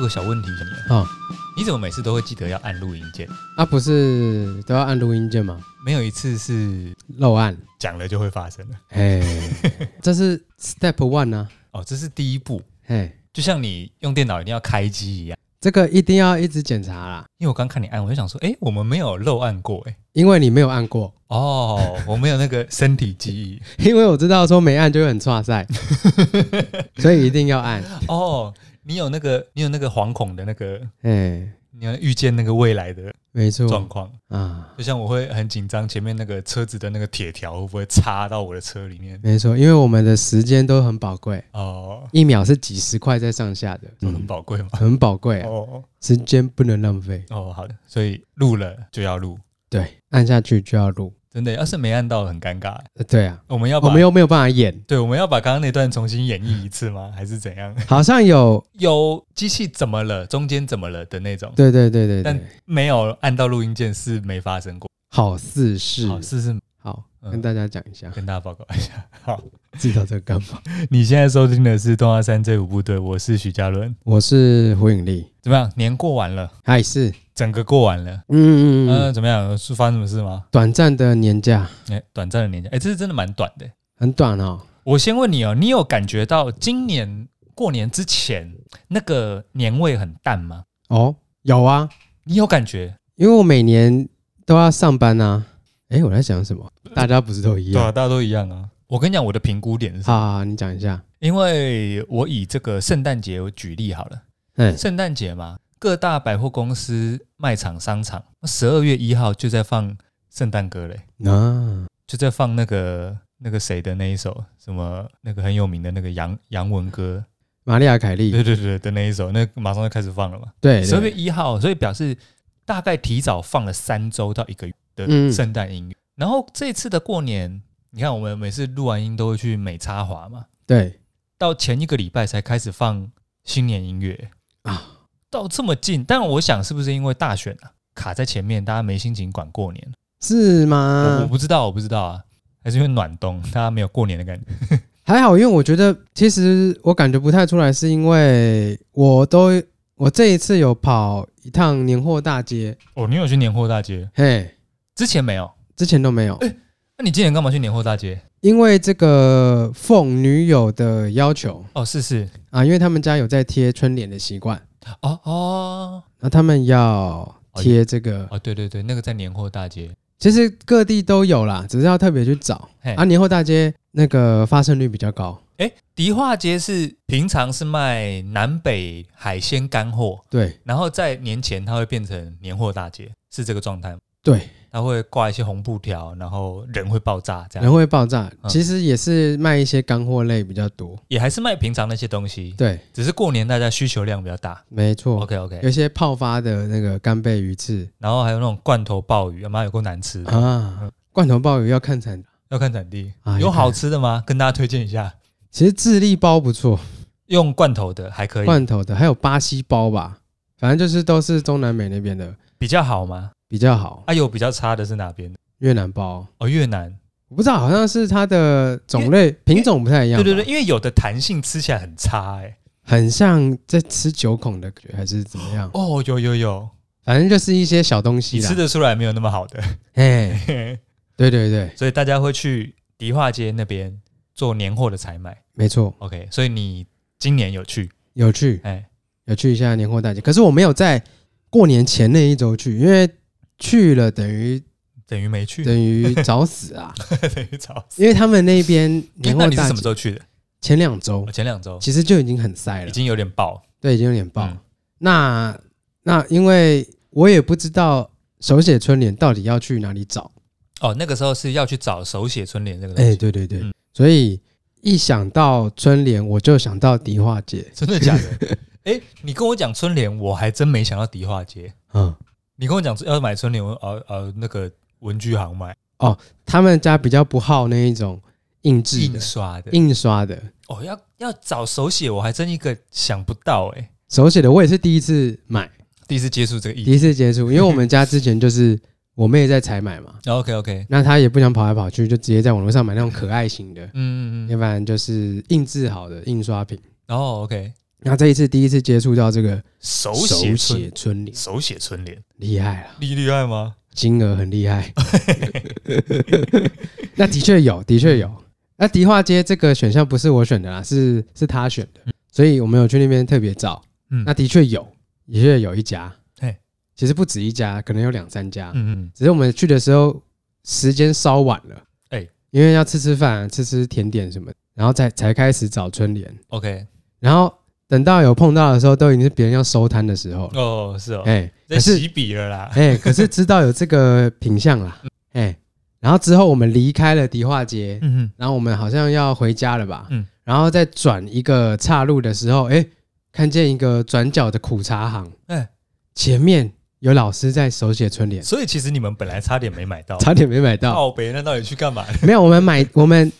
个小问题你，嗯你怎么每次都会记得要按录音键？啊，不是都要按录音键吗？没有一次是漏按，讲了就会发生的。哎， 这是 step one 啊呢、哦，这是第一步，啊，哎，就像你用电脑一定要开机一样。这个一定要一直检查啦，因为我刚看你按，我就想说，哎，我们没有漏按过，哎，因为你没有按过， 哦，我没有那个身体记忆，因为我知道说没按就会很 差赛，所以一定要按，哦，你有那个，你有那个惶恐的那个，哎，你要预见那个未来的没状错况。啊，就像我会很紧张，前面那个车子的那个铁条会不会插到我的车里面？没错，因为我们的时间都很宝贵，哦，一秒是几十块在上下的，这很宝贵嘛。很宝贵、啊，哦时间不能浪费，哦，好的，所以录了就要录，对，按下去就要录，真的，要是没按到很尴尬。呃对啊，我们要把我们又没有办法演，对，我们要把刚刚那段重新演绎一次吗？ 还是怎样？好像有，有机器怎么了？中间怎么了的那种，对对对对但对，没有按到录音键是没发生过。好似是，好，是是，好，嗯跟大家讲一下，跟大家报告一下。 好，知道这个干嘛？你现在收听的是《动画三》这五部队，我是许嘉伦。我是胡颖丽，怎么样？年过完了，还是整个过完了。嗯嗯嗯、嗯，怎么样？是发生什么事吗？短暂的年假哎、短暂的年假，哎、这是真的蛮短的。很短哦，我先问你哦，你有感觉到今年过年之前那个年味很淡吗？哦，有啊，你有感觉？因为我每年都要上班啊。哎，我在想什么？大家不是都一样，大家都一样啊。我跟你讲，我的评估点是什么，啊？你讲一下，因为我以这个圣诞节为举例好了。嗯，圣诞节嘛，各大百货公司、卖场、商场，十二月一号就在放圣诞歌嘞，啊，就在放那个那个谁的那一首什么那个很有名的那个杨杨文歌，玛丽亚凯莉，对对对的那一首，那马上就开始放了嘛，对，十二月对一号，所以表示大概提早放了三周到一个月的嗯圣诞音乐。然后这次的过年，你看我们每次录完音都会去美插华嘛，对到前一个礼拜才开始放新年音乐啊，到这么近，但我想是不是因为大选啊卡在前面，大家没心情管过年？是我我吗？不知道，我不知道啊，还是因为暖冬，大家没有过年的感觉。还好，因为我觉得其实我感觉不太出来，是因为我都我这一次有跑一趟年货大街，哦，你有去年货大街？嘿，之前没有，啊之前都没有，那你今年干嘛去年货大街？因为这个奉女友的要求哦，是是，啊，因为他们家有在贴春联的习惯，哦哦那他们要贴这个，哦，对对对，那个在年货大街。其实各地都有啦，只是要特别去找嘿啊。年后大街那个发生率比较高，哎，迪化街是平常是卖南北海鲜干货，对然后在年前它会变成年货大街，是这个状态吗？对，它会挂一些红布条，然后人会爆炸这样人。会爆炸，嗯其实也是卖一些干货类比较多，也还是卖平常那些东西，对，只是过年大家需求量比较大。没错， OK OK，有一些泡发的那个干贝鱼翅然后还有那种罐头鲍鱼，妈有够难吃的，啊，罐头鲍鱼要看产，要看产地。啊有要看好吃的吗？跟大家推荐一下，其实智利包不错，用罐头的还可以，罐头的还有巴西包吧，反正就是都是中南美那边的比较好吗？比较好。啊，有比较差的是哪边的？越南包哦，越南。我不知道，好像是它的种类品种不太一样对吧，对对，因为有的弹性吃起来很差、欸，哎，很像在吃九孔的感觉，还是怎么样？哦，有有有，反正就是啊一些小东西你啦。吃得出来没有那么好的，哎， 对对对，所以大家会去迪化街那边做年货的采买。没错， OK，所以你今年有去，有去哎，有去一下年货大街，可是我没有在过年前那一周去，因为去了等于等于没去，等于找死啊， 等于早死。因为他们那 边年那货你是大什么哦时街候去的？前两周我前两周其实就已经很塞已了，经有点爆，对，已经有点爆嗯。那那因为我也不知道手写春联到底要去哪里找。哦，那个时候是要去找手写春联这个东哎、西，对对对，嗯所以一想到春联，我就想到迪化街。真的假 的？哎、你跟我讲春联，我还真没想到迪化街。嗯，你跟我讲要买春联，我呃呃那个文具行买他们家比较不好那一种印制的、印刷的，印刷的哦，要要找手写，我还真一个想不到哎、手写的，我也是第一次买，第一次接触这个议第题。一次接触，因为我们家之 前就是我妹在采买嘛， OK OK，那她也不想跑来跑去，就直接在网络上买那种可爱型的，嗯嗯嗯，要不然就是印制好的印刷品。然后 OK，那这一次第一次接触到这个手手写写春春联，手写春联，厉害了，厉厉害吗？金额很 厉害。 那的确有，的确有。那迪化街这个选项不是我选的啦，是是他选的，所以我们有去那边特别找。嗯，那的确有，的确有一家嘿，其实不止一家，可能有两三家。嗯嗯，只是我们去的时候时间稍晚了，哎因为要吃吃饭、啊吃吃甜点什么的，然后才才开始找春联， OK，然后等到有碰到的时候，都已经是别人要收摊的时候了，哦，是哦，哎、在可是起笔了啦。 哎、可是知道有这个品相啦，哎、然后之后我们离开了迪化街，嗯然后我们好像要回家了吧，嗯然后再转一个岔路的时候，哎、看见一个转角的苦茶行，嗯，哎，前面有老师在手写春联，所以其实你们本来差点没买到，差点没买到。靠北，那到底去干嘛？没有，我们买我们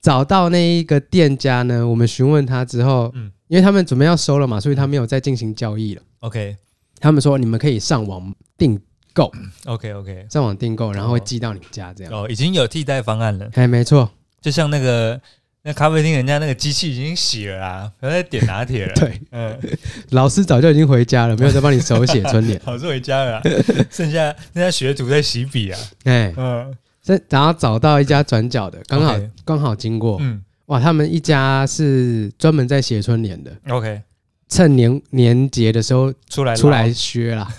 找到那一个店家呢，我们询问他之后，嗯因为他们准备要收了嘛，所以他没有再进行交易了。 OK 他们说你们可以上网订购， OK OK，上网订购，然后会寄到你家这样。哦，已经有替代方案了，哎，没错，就像那个那咖啡厅人家那个机器已经洗了啦，不要再点拿铁了。对，嗯，。老师早就已经回家了，没有在帮你手写春联 老师回家了啦，剩下剩下学徒在洗笔啊。哎，嗯这然后找到一家转角的，刚好 OK 刚好经过，嗯哇，他们一家是专门在写春联的， ，OK，趁年年节的时候出来出来捞 削啦。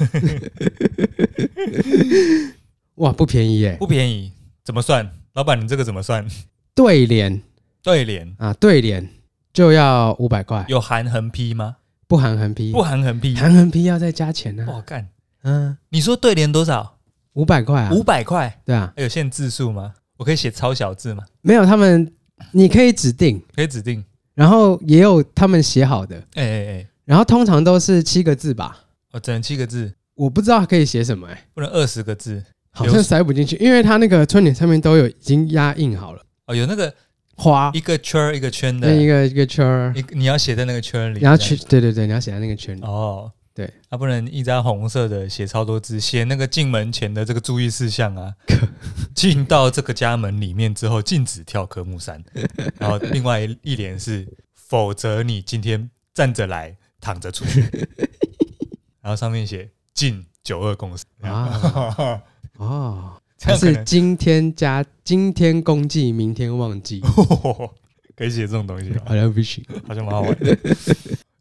哇，不便宜耶、不便宜，怎么算？老板，你这个怎么算？对联对联啊，对联就要五百块，有含横批吗？不含横批，不含横批。嗯含横批要再加钱呢、我干，嗯，你说对联多少？五百块啊，五百块，对啊，有限字数吗？我可以写超小字吗？没有他们，你可以指定，可以指定。然后也有他们写好的，哎哎哎，然后通常都是七个字吧，我只能七个字，我不知道可以写什么、欸，不能二十个字。好像塞不进去，因为它那个春联上面都有已经压印好了哦，有那个花，一个圈儿一个圈的那，一个一个圈儿，你你要写在那个圈儿里，你要这样去，对对对，你要写在那个圈里，哦，嗯对，啊，不能一张红色的写超多字，写那个进门前的这个注意事项 啊，进到这个家门里面之后禁止跳科目 三，然后另外一一联是，否则你今天站着来，躺着 出去，然后上面写进九二公司啊哦， 这它样可是能今天加今天公祭，明天忘 记， 可以写这种东西吗？好像不行。好像蛮好玩 的，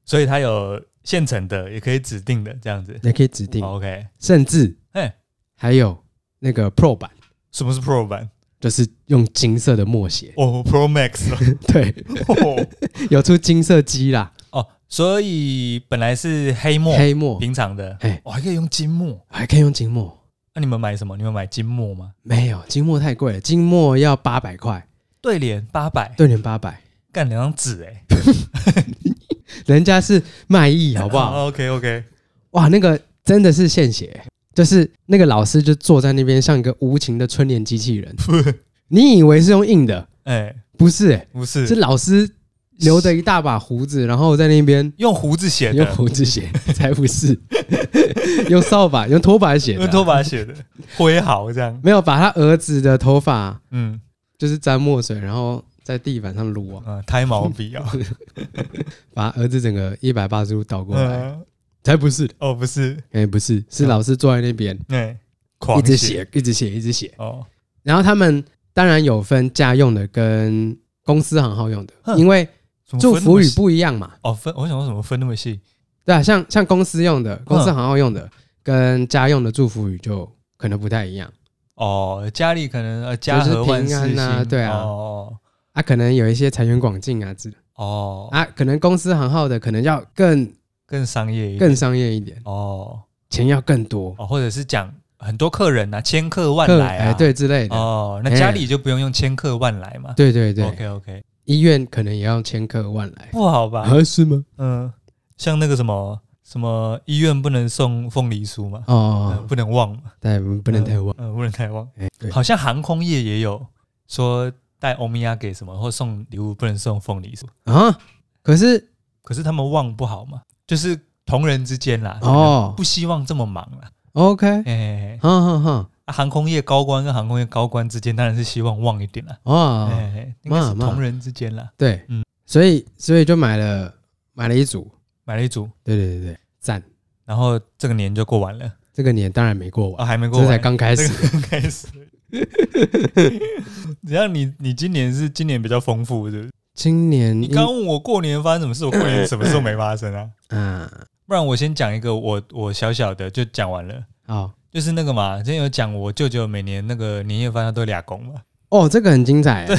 所以它有现成的，也可以指定的这样子。哦也可以指定， o k 甚至哎，还有那个 Pro 版，什么是 Pro 版？就是用金色的默写。 哦，Pro Max 哦对，哦有出金色机啦， 哦，所以本来是黑墨，黑墨，平常的，哦哎我、还可以用金墨。还可以用金墨。那你们买什么？你们买金墨吗？没有金墨太贵了，金墨要八百块，对联八百，对联八百，干两张纸哎，人家是卖艺，好 不好？ ？OK OK，哇，那个真的是献血，就是那个老师就坐在那边，像一个无情的春联机器 人。你以为是用印的，哎、不是、欸，不是，是老师留着一大把胡子，然后在那边用胡子写用的，胡子写 才不是，用扫把、用拖把写的用啊、拖把写的，挥毫这样。没有把他儿子的头发嗯就是沾墨水，然后在地板上撸啊，啊，胎毛笔 啊、把儿子整个一百八十度倒过来，嗯，才不是，哦不是，哎、不是，是老师坐在那边哎、狂一直写，一直写，一直写。哦，然后他们当然有分家用的跟公司行号用的，哼因为怎么祝分那么福语细不一样嘛，哦分，我想说怎么分那么细？对啊，像像公司用的、公司行号用的跟家用的祝福语就可能不太一样。哦，家里可能呃家和万事平兴安啊对啊哦啊，可能有一些财源广进啊之类哦，嗯啊，可能公司行号的可能要更更商业一点更商业一点，哦钱要更多，哦，或者是讲很多客人啊，千客万客来啊，哎对之类的，哦，那家里就不用用千客万来嘛。对对对， OK OK，医院可能也要千客万来，不好吧？啊是吗？嗯，像那个什么什么医院不能送凤梨酥嘛，嗯哦，不能忘嘛，但不能太旺，嗯，不能太忘。哎对，好像航空业也有说带欧米亚给什么或送礼物不能送凤梨酥，啊，可是可是他们忘不好嘛，就是同人之间啦，哦不希望这么忙啦。 OK，哎、哈哈哈，啊航空业高官跟航空业高官之间当然是希望旺一点啦。哦，哎、应该是嘛嘛同人之间啦。对嗯，所以所以就买了买了一组，买了一组，对对对对，赞！然后这个年就过完了，这个年当然没过哦，完，还没过这完，才刚开这始。个刚开始。只要 你你今年是今年比较丰富，是不是？今年你应刚问我过年发生什么事，我过年 什么事都没发生啊。啊，不然我先讲一个我我小小的就讲完了，好就是那个嘛，之前有讲我舅舅每年那个年夜饭他都俩公嘛，哦，这个很精彩。在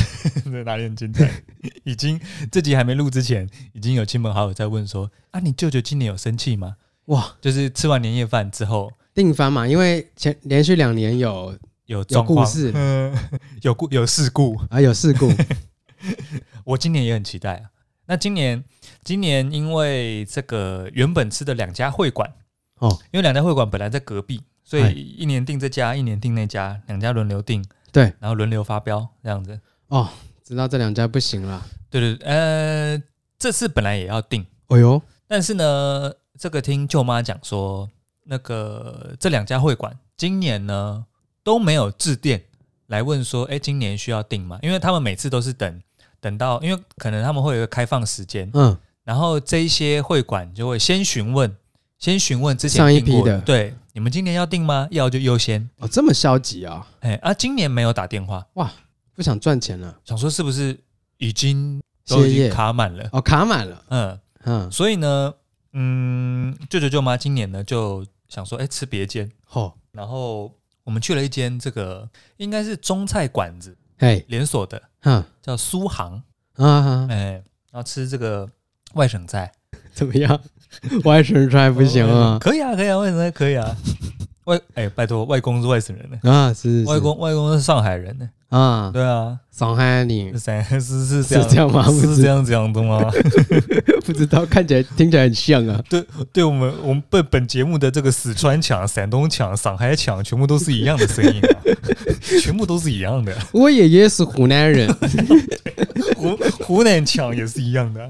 哪里很精彩？ 已经这集还没录之前，已经有亲朋好友在问说啊，你舅舅今年有生气吗？哇，就是吃完年夜饭之后定番嘛，因为前连续两年有有状况，有故事嗯，有故有事故，啊有事故，我今年也很期待啊。那今年，今年因为这个原本吃的两家会馆哦，因为两家会馆本来在隔壁，所哎以一年订这家，一年订那家，两家轮流订，对，然后轮流发飙这样子。知道这两家不行了。对对，对呃，这次本来也要订，哦呦，但是呢，这个听舅妈讲说，那个这两家会馆今年呢都没有致电来问说，哎，今年需要订吗？因为他们每次都是等等到，因为可能他们会有一个开放时间，嗯，然后这一些会馆就会先询问，先询问之前上一订过批的对，你们今年要订吗？要就优先。哦这么消极啊，哎啊，今年没有打电话，不想赚钱了，想说是不是已经都歇已经业卡满了？哦卡满了，嗯，嗯，所以呢，嗯，舅舅舅妈今年呢就想说，哎，吃别间，哦，然后我们去了一间这个应该是中菜馆子嘿，连锁的，哼叫苏杭，啊，哎，然后吃这个外省菜，怎么样？ 外省出来不行啊？可以啊，可以啊，外省人可以 啊。外哎、拜托，外公是外省人呢、啊，是是外公外公是上海人呢、啊，对啊，上海你是三 是是这是样这样吗？不是知这样这样的吗？不知道，看起来听起来很像啊。对我们我们本本节目的这个四川腔、山东腔、上海腔，全部都是一样的声音、 啊，全部都是一样的。 我爷爷是湖南人，湖湖南腔也是一样的啊，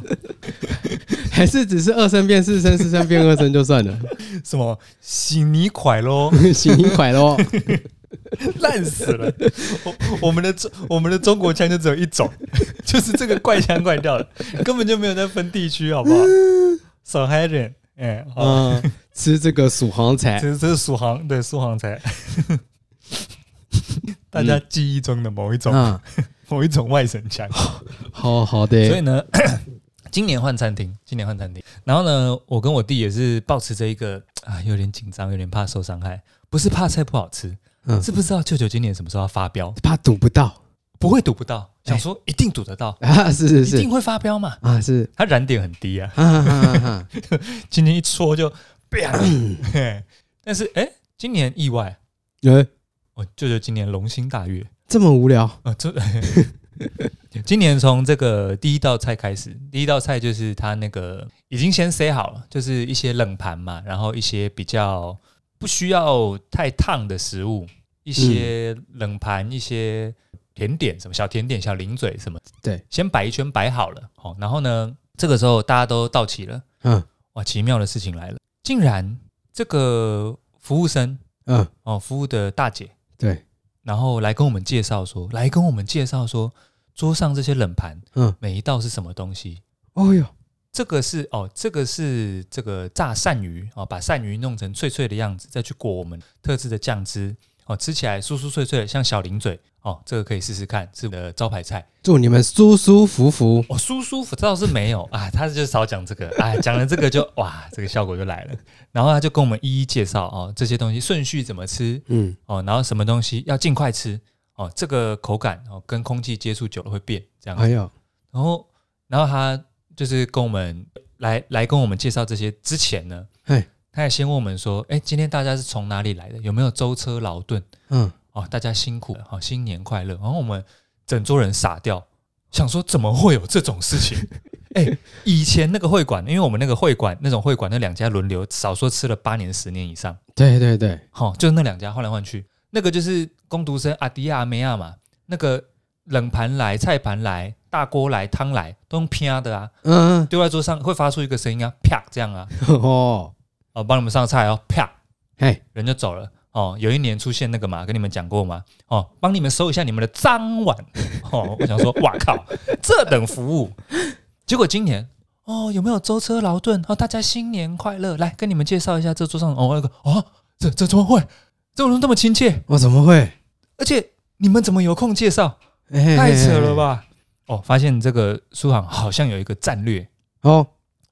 还是只是二声变四声，四声变二声就算 了。什么新年快乐，新年快乐，烂死了！我我们的中我们的中国腔就只有一种， 就是这个怪腔怪调的，根本就没有在分地区，好不好？ 上海人，哎、好，嗯，吃这个蜀杭菜，这这是苏杭，对苏杭 菜，大家记忆中的某一种、嗯，某一种外省腔。好好所以的，呢， 今年换餐厅，今年换餐厅。然后呢，我跟我弟也是保持着一个啊，有点紧张，有点怕受伤害，不是怕菜不好吃，嗯是不知道舅舅今年什么时候要发飙，怕堵不 到不会堵不到，想说一定堵得到，啊，是哎是一是定会发飙嘛。啊，是他燃点很低啊，啊啊啊 啊，今年一戳就， 嘿但是哎、今年意外，呃，我舅舅今年龙心大悦这么无聊啊，这。今年从这个第一道菜开始，第一道菜就是他那个已经先塞好了，就是一些冷盘嘛，然后一些比较不需要太烫的食物，一些冷盘，一些甜点，什么小甜点、小零嘴什么，对，先摆一圈摆好了，哦，然后呢，这个时候大家都到齐了，嗯哇，奇妙的事情来了，竟然这个服务生嗯，哦，服务的大姐，对，然后来跟我们介绍说，来跟我们介绍说，桌上这些冷盘，嗯每一道是什么东西。哦哟，这个是哦，这个是这个炸鳝鱼哦，把鳝鱼弄成脆脆的样子，再去裹我们特制的酱汁哦，吃起来酥酥脆脆的，像小零嘴哦，这个可以试试看，是我的招牌菜祝你们舒舒服服，哦，酥酥服倒是没有啊，他就是少讲这个，哎，讲了这个就哇，这个效果就来了，然后他就跟我们一一介绍哦，这些东西顺序怎么吃，嗯，哦，然后什么东西要尽快吃哦，这个口感哦跟空气接触久了会变这样子哎呦，然后，然后他就是跟我们来来跟我们介绍这些之前呢嘿，他也先问我们说，哎，今天大家是从哪里来的？有没有舟车劳顿？嗯，哦，大家辛苦了，哦，新年快乐。然后我们整桌人傻掉，想说怎么会有这种事情？哎，以前那个会馆，因为我们那个会馆那种会馆，那两家轮流，少说吃了八年、十年以上。对对对，好、就是那两家换来换去，那个就是工读生阿迪亚、阿梅亚嘛，那个冷盘来、菜盘来、大锅来、汤来，都用啪的啊，嗯，丢在桌上会发出一个声音啊，啪这样啊， 哦，哦，帮你们上菜哦，啪，嘿，人就走了。哦，有一年出现那个嘛，跟你们讲过嘛，哦，帮你们收一下你们的 脏碗。哦，我想说，哇靠，这等服务，结果今年哦，有没有舟车劳顿？哦，大家新年快乐！来跟你们介绍一下这桌上哦，那个哦，这这怎么会？这种这么亲切？哦我怎么会？而且你们怎么有空介绍？哎太扯了！吧！哦，发现这个书行好像有一个战略，哦，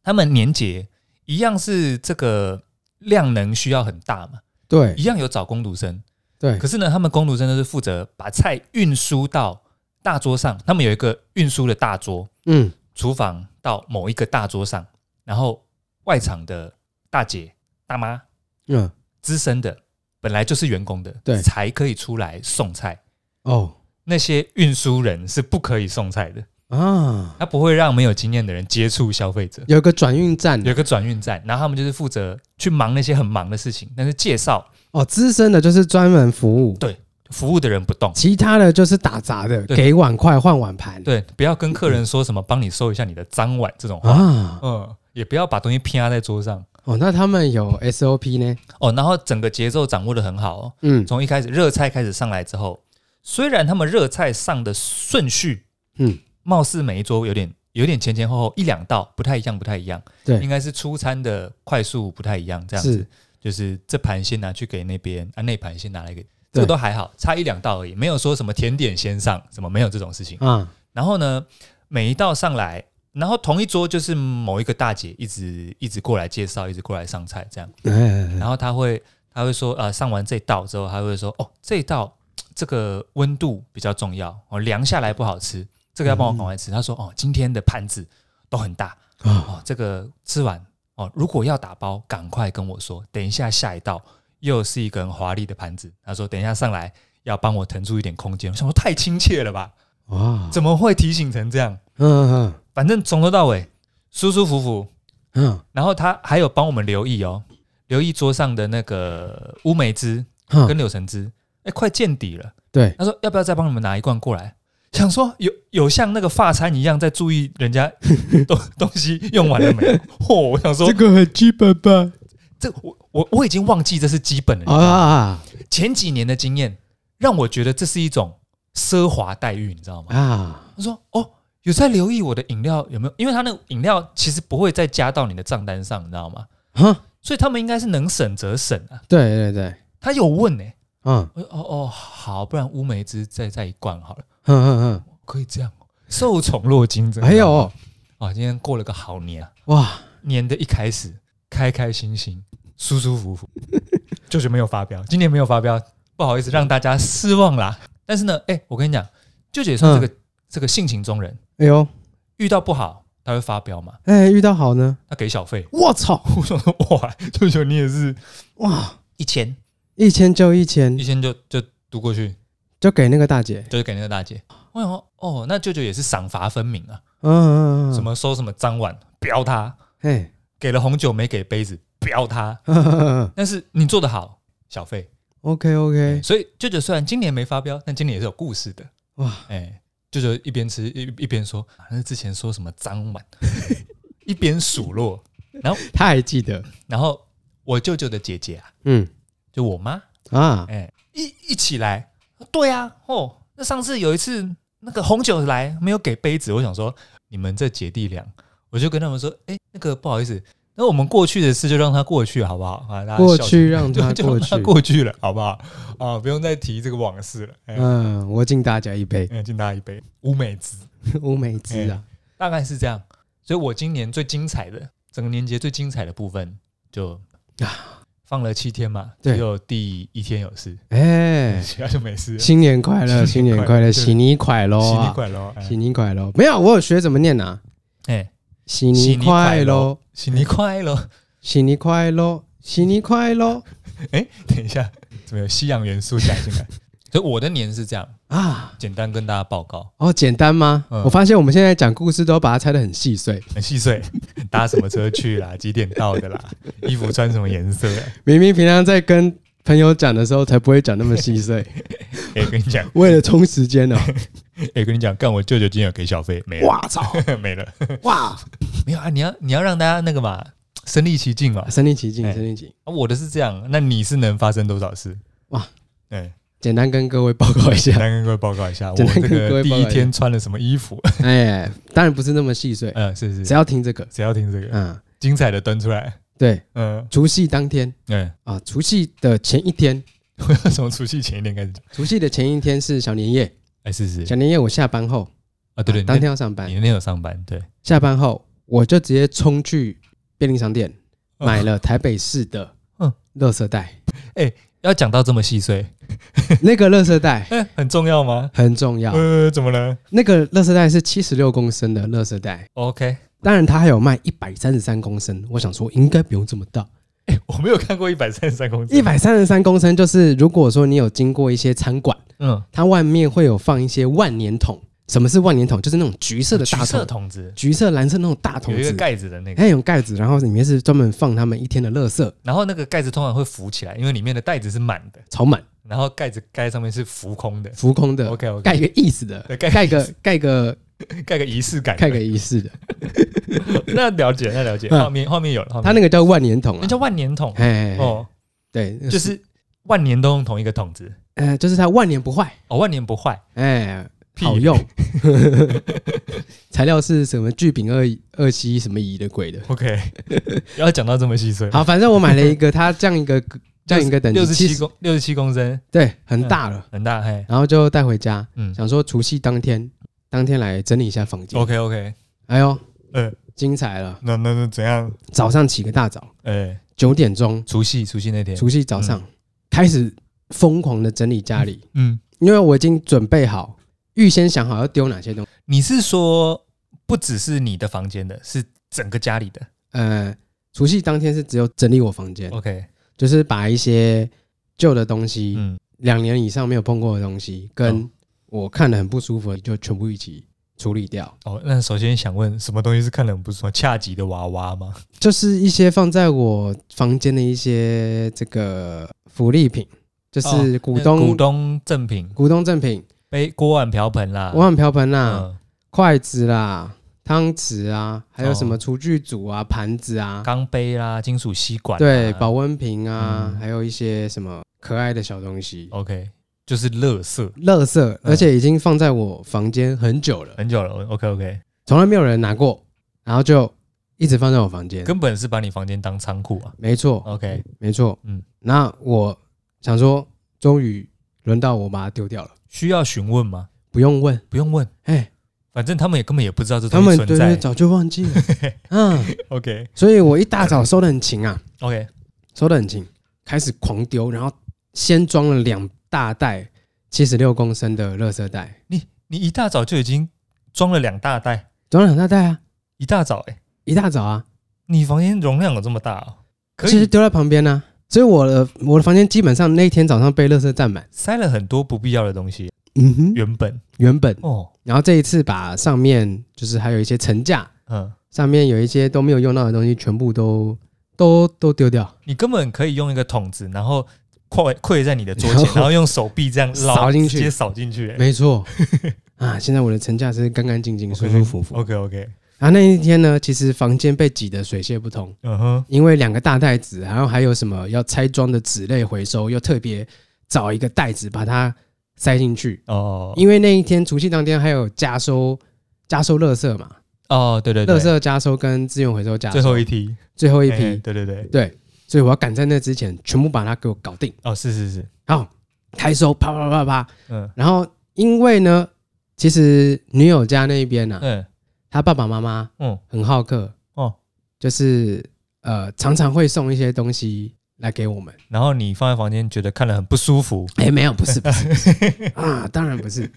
他们年节一样是这个量能需要很大嘛，对一样有找工读生，对可是呢，他们工读生都是负责把菜运输到大桌上，他们有一个运输的大桌，嗯，厨房到某一个大桌上，然后外场的大姐、大妈、嗯，资深的，本来就是员工的，对才可以出来送菜。哦那些运输人是不可以送菜的，啊，他不会让没有经验的人接触消费者。有个转运站有一个转运站，然后他们就是负责去忙那些很忙的事情，但是介绍哦，资深的就是专门服务，服务的人不动。其他的就是打杂的，对给碗筷换碗盘。对，不要跟客人说什么帮你收一下你的脏碗这种话，啊，嗯，也不要把东西啪在桌上哦，那他们有 SOP 呢？哦。然后整个节奏掌握的很好哦，嗯从一开始热菜开始上来之后，虽然他们热菜上的顺序，嗯，貌似每一桌有点有点前前后后一两道不太一样，不太一样，对应该是出餐的快速不太一样，这样子是，就是这盘先拿去给那边，啊，那盘先拿来给，这对个都还好，差一两道而已，没有说什么甜点先上，什么没有这种事情。啊，然后呢，每一道上来，然后同一桌就是某一个大姐一直一直过来介绍，一直过来上菜这样。哎哎哎然后他会他会说，呃，上完这道之后，他会说，哦，这一道这个温度比较重要，哦，凉下来不好吃，这个要帮我赶快吃。他说，哦，今天的盘子都很大，啊，哦，这个吃完，哦，如果要打包，赶快跟我说，等一下下一道又是一个很华丽的盘子。他说，等一下上来要帮我腾出一点空间。我想说，太亲切了吧？哇，怎么会提醒成这样？嗯嗯反正从头到尾舒舒服服，嗯然后他还有帮我们留意哦，留意桌上的那个乌梅汁嗯跟嗯，柳橙汁，哎、快见底了。对，他说要不要再帮你们拿一罐过来？想说有有像那个发餐一样在注意人家 东东西用完了没有？嚯、我想说这个很基本吧？这我我我已经忘记这是基本了。你知道吗啊前几年的经验让我觉得这是一种奢华待遇，你知道吗？啊，他说：“哦，有在留意我的饮料有没有？因为他那个饮料其实不会再加到你的账单上，你知道吗？哈，所以他们应该是能省则省啊。对对对，他有问欸呢、嗯我说哦哦，好，不然乌梅汁再再一罐好了，嗯嗯可以这样哦，受宠若惊，真嗯，的。还有哦啊，今天过了个好年啊，哇，年的一开始开开心心，舒舒服 服，就是没有发飙，今年没有发飙，不好意思让大家失望啦。但是呢，哎、我跟你讲，舅姐说这个、这个性情中人，哎呦，遇到不好他会发飙嘛，哎，遇到好呢，他给小费。”我操，我想说，哇， 舅舅你也是哇，一千，一千就一千一，千就就读过去，就给那个大姐，就是给那个大姐。我想说，哦，那舅舅也是赏罚分明啊，嗯嗯嗯，什？么收什么脏碗，标他； 哎，给了红酒没给杯子，标他。但是你做得好，小费。 OK OK，所以舅舅虽然今年没发飙，但今年也是有故事的。哇，哎，舅舅一边吃一一边说，啊，那之前说什么脏碗， 一边数落。他还记得，然后我舅舅的姐姐啊，嗯就我妈，啊，哎、一一起来，对啊，哦，那上次有一次那个红酒来没有给杯子，我想说你们这姐弟俩，我就跟他们说，哎、那个不好意思，那我们过去的事就让它过去好不好？啊，大家过笑去让就他 就过让它去，过去了，好不好？啊，不用再提这个往事了。哎、嗯，我敬大家一杯 哎敬大家一杯乌梅子，乌梅汁啊，大概是这样。所以我今年最精彩的整个年节最精彩的部分就放了七天嘛，啊对只有第一天有事，哎，其他就没事了。新年快乐，新新年年快快乐，乐喜你快乐新年啊，快乐！哎喜你快乐，没有，我有学怎么念啊，哎，喜你快乐，新年快乐！喜你快乐，喜你快乐 哎，等一下，怎么有西洋元素加进来？ 所以我的年是这样，啊。简单跟大家报告，哦，简单吗？嗯我发现我们现在讲故事都把它拆得很细碎，很细碎，搭什么车去 啦，几点到的啦，衣服穿什么颜色啊？明明平常在跟朋友讲的时候才不会讲那么细碎， 哎，跟你讲，为了充时间哦。 哎，跟你讲，干我舅舅今天有给小费，没了，哇操， 没了，哇，没有啊？你要你要让大家那个嘛，身临其境嘛。身临其境，哎身临其境。啊我的是这样，那你是能发生多少事？哇， 哎，简单跟各位报告一简 下。单跟各位报告一下，我简单这跟各个位第报告一一下天穿了什么衣 服？哎，当然不是那么细碎，嗯，是是，只要听这个，只要听这个，嗯，精彩的端出来。对，嗯，除夕当天哎， 啊，除夕的前一天，从除夕前一天开始讲。除夕的前一天是小年夜，哎，是是小年夜我下班后，啊，对对，啊当你天要上那班你，那天有上班，对，下班后我就直接冲去便利商店嗯买了台北市的嗯垃圾袋，要讲到这么细碎，那个垃圾袋哎，很重要吗？很重要，呃，怎么了那个垃圾袋是七十六公升的垃圾袋， ？OK，当然它还有卖一百三十三公升，我想说应该不用这么大，我没有看过一百三十三公斤，一百三十三公升就是如果说你有经过一些餐馆，嗯，它外面会有放一些万年桶，什么是万年桶？就是那种橘色的橘大色桶，筒子，橘色蓝色那种大桶有一个子，哎盖子的那个，它有盖子，然后里面是专门放他们一天的垃圾，然后那个盖子通常会浮起来，因为里面的袋子是满的，超满然后盖子盖上面是浮空的。浮空的， OK OK，盖个意思的对，盖个盖意个思盖个盖个仪式感，盖个仪 式的，那了解，那了解，嗯画面画面有了，画面它那个叫万年桶那啊叫，万年桶哎，哦，对，就就是是万年都用同一个桶子呃，就是它万年不坏，哦，万年不坏，哎，屁好用， 材料是什么聚丙二二烯什么乙的鬼的。 OK，不 要讲到这么细碎，好，反正我买了一个，它这样一个这样一个等级，六十其七实公嗯六十七公升，对，很大了。很大嘿，然后就带回家，嗯想说除夕当天，当天来整理一下房间。 ，OK OK，哎呦，呃精彩了！那那那怎样？早上起个大早，哎，九点钟，除夕除夕那天，除夕早上、开始疯狂的整理家 里，嗯，因为我已经准备好，预先想好要丢哪些东西。你是说不只是你的房间的，是整个家里的呃，除夕当天是只有整理我房间， ？OK，就是把一些旧的东西，嗯，两年以上没有碰过的东西，跟哦我看得很不舒服，就全部一起处理掉。哦，那首先想问，什么东西是看了很不爽？恰吉的娃娃吗？就是一些放在我房间的一些这个福利品，就是股哦那东、股东赠品，股东赠品，杯锅碗瓢盆啦，锅碗瓢盆啦、啊嗯筷子啦、汤匙啊，还有哦什么厨具组啊、盘子啊，钢杯啦，金属吸管啦，对，保温瓶啊，嗯哦还有一些什么可爱的小东西， OK，就是乐色，垃圾，而嗯且已经放在我房间很久了，很久了，OK OK，从来没有人拿过，然后就一直放在我房间。根本是把你房间当仓库啊没错， ，OK，没错，嗯哦嗯，那我想说，终于轮到我把它丢掉了。需要询问吗？不用问，不用问，哎，反正他们也根本也不知道这他东们西对存在对早就忘记了， 嗯， ，OK 所以我一大早收的很勤啊， OK，收的很勤，开始狂丢，然后先装了两大袋七十六公升的垃圾袋，你你一大早就已经装了两大袋，装了两大袋啊，一大早哎、一大早啊，你房间容量有这么大哦？可其实以丢在旁边呢、啊，所以我的我的房间基本上那一天早上被垃圾占满，塞了很多不必要的东西，嗯哼，原本原本，哦，然后这一次把上面就是还有一些层架，嗯，上面有一些都没有用到的东西，全部都都都丢掉，你根本可以用一个桶子，然后跪跪在你的桌前，然后然后用手臂这样捞扫进去直接扫进去、欸。没错啊，现在我的层架是干干净净、舒舒服服。 OK OK，然后那一天呢，其实房间被挤得水泄不通，嗯哼，因为两个大袋子，然后还有什么要拆装的纸类回收，又特别找一个袋子把它塞进去，哦，因为那一天除夕当天还有加收加收垃圾嘛，哦，对对对，垃圾加收跟资源回收加收最后一题，最后一批，哎对对对，对，所以我要赶在那之前全部把它给我搞定，哦，是是是，好，开收，啪啪啪啪，嗯然后因为呢，其实女友家那边呢、啊，嗯她爸爸妈妈嗯，很好客哦哦，就是呃常常会送一些东西来给 我们。然后你放在房间觉得看了很不舒服，哎、没有，不是，不是，不是啊，当然不是。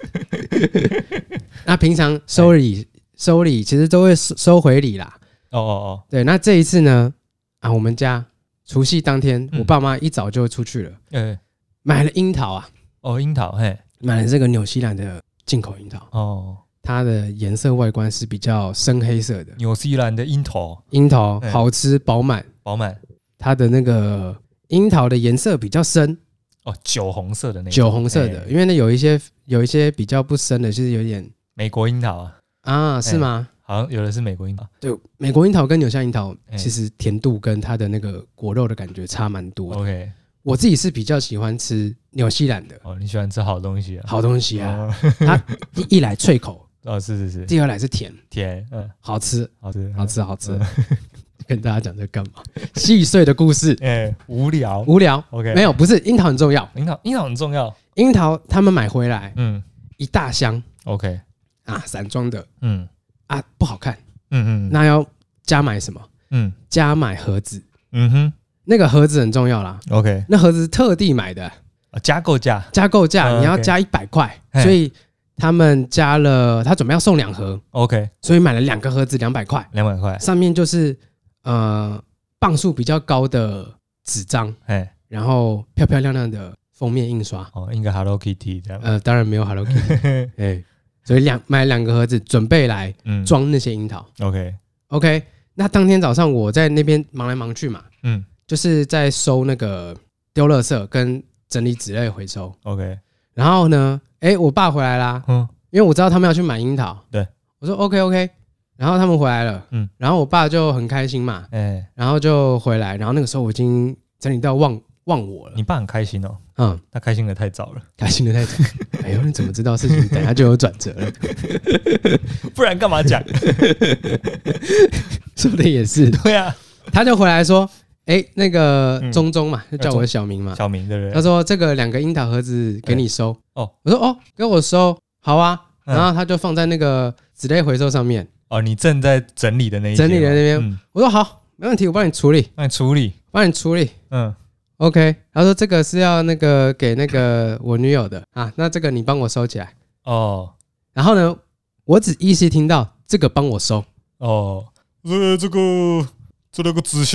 那平常收礼收礼其实都会收收回礼啦。哦哦对，那这一次呢，啊，我们家除夕当天，嗯我爸妈一早就出去了，哦，呃，买了樱桃啊，哦，樱桃，嘿，买了这个纽西兰的进口樱桃，哦，它的颜色外观是比较深黑色的。纽西兰的樱桃，樱桃哎好吃饱满，饱满，它的那个樱桃的颜色比较深，哦，酒红色的那个，酒红色的，哎因为呢有一些有一些比较不深的，就是有点美国樱桃啊，啊，是吗？好像有的是美国樱桃对，美国樱桃跟纽西兰樱桃哎其实甜度跟它的那个果肉的感觉差蛮多的。 ，OK，我自己是比较喜欢吃纽西兰的哦，你喜欢吃好东西啊？好东西啊，哦，它一一来脆口，哦，是是是，第二来是甜，甜，嗯，好吃，好吃，好吃，好嗯吃。 跟大家讲这干嘛？细碎的故事，嗯，哎，无聊无聊。 ，OK，没，有，不是樱桃很重要。樱桃，樱桃很重要，樱桃他们买回来嗯一大箱，OK，啊，散装的嗯啊，不好看。嗯嗯，那要加买什么？嗯加买盒子，嗯哼那个盒子很重要啦。 ，OK，那盒子是特地买的，啊加购价，加购价嗯你要 OK 加一百块，嘿所以他们加了，他准备要送两盒， OK，所以买了两个盒子，两百块，两百块，上面就是呃磅数比较高的纸张，哎，然后漂漂亮亮的封面印刷，哦，印个 Hello Kitty 这样，呃，当然没有 Hello Kitty，哎， 所以两买两个盒子准备来嗯装那些樱桃。 ，OK， OK，那当天早上我在那边忙来忙去嘛，嗯就是在收那个丢垃圾跟整理纸类回收。 ，OK，然后呢，哎，我爸回来啦，嗯因为我知道他们要去买樱桃。对，我说 OK OK，然后他们回来了，嗯嗯，然后我爸就很开心嘛，哎，然后就回来，然后那个时候我已经整理到忘忘我了，你爸很开心哦，嗯，他开心的太早了， 开心的 太早。哎呦，你怎么知道事情等一下就有转折 了？不然干嘛 讲？说的也是，对啊，他就回来说，哎，那个嗯中哎中嘛，就叫我的小名嘛，小明对不他对？说这个两个樱桃盒子给你收。哦，我说哦，给我收，好啊。嗯然后他就放在那个纸类回收上面。哦，你正在整理的那一整理的间吗那边，嗯我说好，没问题，我帮你处理，那你处理，帮你处理。嗯 OK，他说这个是要那个给那个我女友的啊，那这个你帮我收起来。哦然后呢，我只依稀听到这个帮我收，哦，呃，这个这那个纸箱，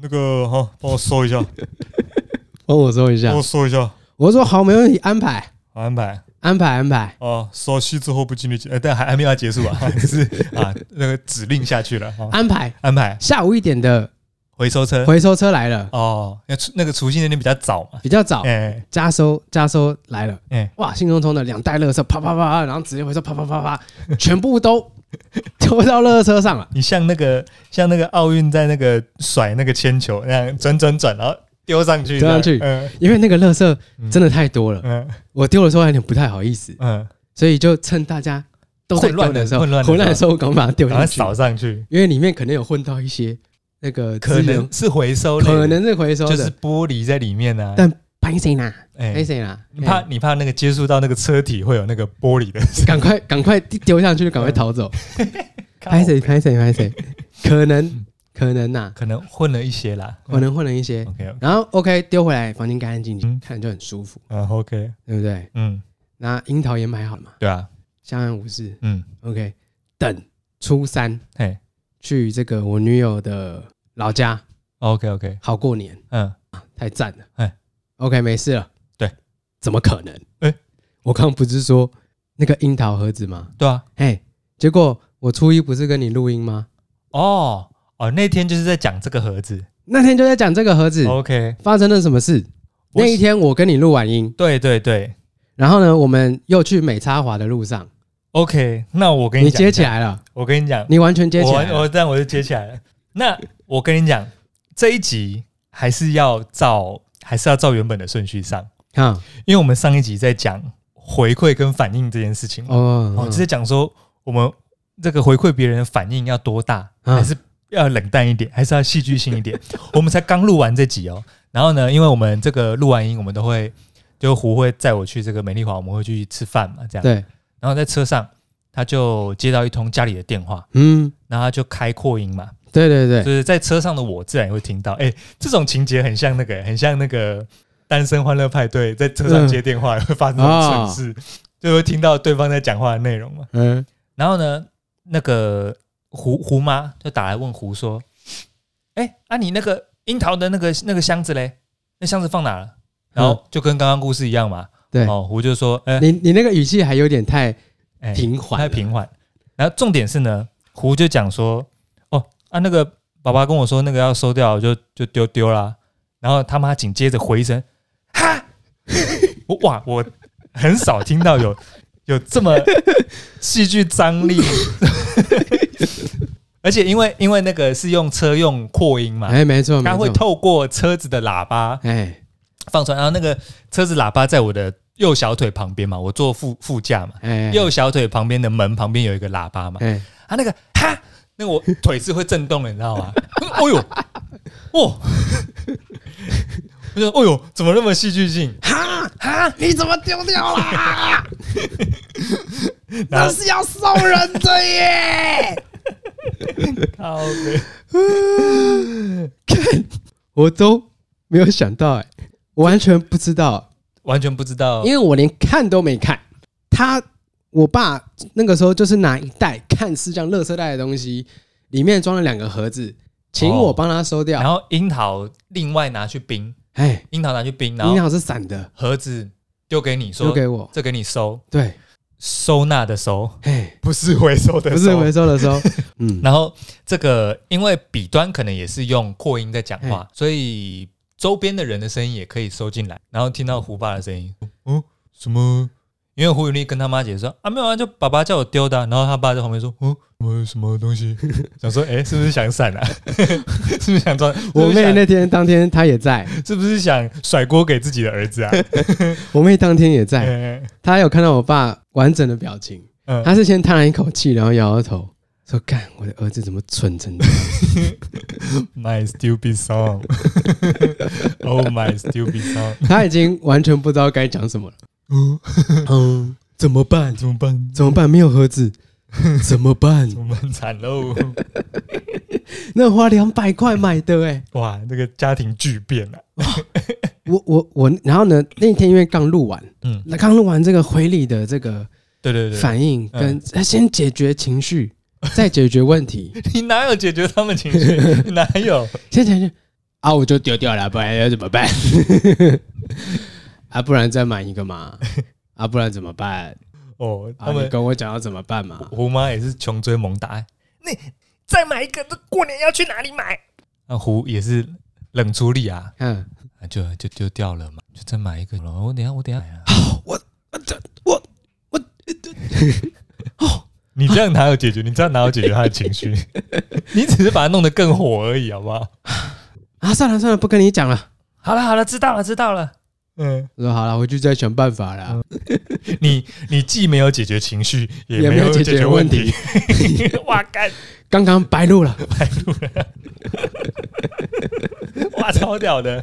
那个哈，帮我收一下，帮哦我收一下帮我。收一下，我说好，没问题，安排，安排安排，安排。啊，稍息之后不进去，呃，但还还没有要结束啊， 还是啊，那个指令下去了啊，安排安排下午一点的回收车回收车来了，哦，那除那个除夕那天比较早嘛，比较早，哎加收加收来了，哎哇，兴冲冲的两袋垃圾，啪啪啪啪，然后直接回收，啪啪啪啪，全部都 丢到垃圾车上了。你像那个像那个奥运在那个甩那个铅球那样转转转，然后丢上去，丢上去这样因为那个垃圾真的太多了，嗯我丢的时候还有点不太好意思嗯，嗯，所以就趁大家都在丢的时候，混乱的混乱的时候，我赶快把它丢然后进去，扫上去，因为里面可能有混到一些那个可资源能是回收类的，可能是回收就是的，玻璃在里面呢、啊但。拍谁啦？哎、拍谁啦？你怕哎你怕那个接触到那个车体会有那个玻 璃的，赶快赶快丢下去，就赶快逃走，拍谁拍谁拍谁， 可能可能呐，可能混了一些啦。嗯可能混了一些。 OK，然后 OK 丢回来，房间干干净净，嗯看着就很舒服，嗯，OK，对不对？嗯，那樱桃也买好了嘛，对啊，相安无事。嗯， OK，等初三嘿去这个我女友的老家，OK，OK，、好过年，嗯，太赞了。哎 OK，没事了。对，怎么可能？哎我刚不是说那个樱桃盒子吗？对啊，哎，结果我初一不是跟你录音吗？哦哦，那天就是在讲这个盒子那天就在讲这个盒子，OK，发生了什么事。我那一天我跟你录完音，对对对然后呢，我们又去美插华的路上， ，OK，那我跟你讲，接起，来了，我跟你讲，你完全接起来我了。我这样我就接起来了。那我跟你讲，这一集还是要照，还是要照原本的顺序上。啊，因为我们上一集在讲回馈跟反应这件事情嘛，哦，哦，就是在讲说我们这个回馈别人的反应要多大，嗯还是要冷淡一点，还是要戏剧性一点。 我们才刚录完这集哦，然后呢，因为我们这个录完音，我们都会就胡会载我去这个美丽华，我们会去吃饭嘛，这样。对，然后在车上，他就接到一通家里的电话，嗯，然后他就开扩音嘛，对对对，就是在车上的我自然也会听到。哎、这种情节很像那个，很像那个《单身欢乐派对》在车上接电话会发生这种啊蠢事，就会听到对方在讲话的内容嘛。嗯，然后呢，那个胡胡妈就打来问胡说：“哎、啊，你那个樱桃的那个那个箱子嘞？那箱子放哪了？”然后就跟刚刚故事一样嘛。嗯对，哦，胡就说：“哎、你你那个语气还有点太哎平缓了，太平缓。然后重点是呢，胡就讲说，哦啊，那个爸爸跟我说那个要收掉，就就丢丢啦。然后他妈紧接着回一声，哈， 我哇，我很少听到有有这么戏剧张力， 而且因为因为那个是用车用扩音嘛，哎，没错，没它会错，透过车子的喇叭哎放出来，然后那个车子喇叭在我的右小腿旁边嘛，我坐副副驾嘛，哎，右小腿旁边的门旁边有一个喇叭嘛，哎，啊那个哈，那个 我腿是会震动的，你知道吗？哦呦，哦， 我就哦呦，怎么那么戏剧性？哈哈，你怎么丢 掉啦？然那后是要送人的耶！ 靠北我都没有想到、哎，我完全不知道。完全不知道因，为我连看都没看。他，我爸那个时候就是拿一袋看似像垃圾袋的东西，里面装了两个盒子，请我帮他收掉哦然。后樱桃另外拿去冰，哎、樱桃拿去冰，然你后好是散的，盒子丢给你丢说，给我。这给你收，对，收纳的收，哎，不是回收的不是回收 的时候，嗯，然后这个因为笔端可能也是用扩音在讲话，所以周边的人的声音也可以收进来。然后听到胡爸的声音，嗯，什么？因为胡永丽跟他妈解释说啊，没有啊，就爸爸叫我丢的啊、然后他爸在旁边说，嗯，什么什么东西？ 想说，哎、是不是想闪 啊？是不是想装？我是不是妹想那天当天她也在，是不是想甩锅给自己的儿 子啊？我妹当天也在，嗯她有看到我爸完整的表情， 嗯她是先叹了一口气，然后摇摇头。说干，我的儿子怎么蠢成这样？ ，My stupid song，Oh my stupid song，他已经完全不知道该讲什么了。 嗯，嗯，怎么办？怎么办？怎么办？没有盒子， 怎么办？怎么办？惨喽！那花两百块买的哎、哇，这个家庭巨变啊！我我我，然后呢，那天因为刚录完，嗯，那刚录完这个回礼的这个对对对，反应跟，呃先解决情 绪，再解决问题， 你哪有解决他们情 绪？你哪有？先解决啊，我就丢掉了，不然要怎么办？ 啊，不然再买一个 嘛，啊，不然怎么办？哦，啊，他你们跟我讲要怎么办嘛？胡妈也是穷追猛打，哎你再买一个，这过年要去哪里买？那胡也是冷处理啊，嗯，啊就就丢掉了嘛，就再买一个了。我等一下，我等一下买啊， 你这样哪有解决？你这样哪有解决他的情 绪？你只是把他弄得更火而已，好不好？啊，算了算了，不跟你讲了。好了好了，知道了知道了。嗯，我说好了，回去再想办法啦。 你你既没有解决情绪，也也没没有有解解决决问问题。 哇干！刚刚白录了，哇，超屌的！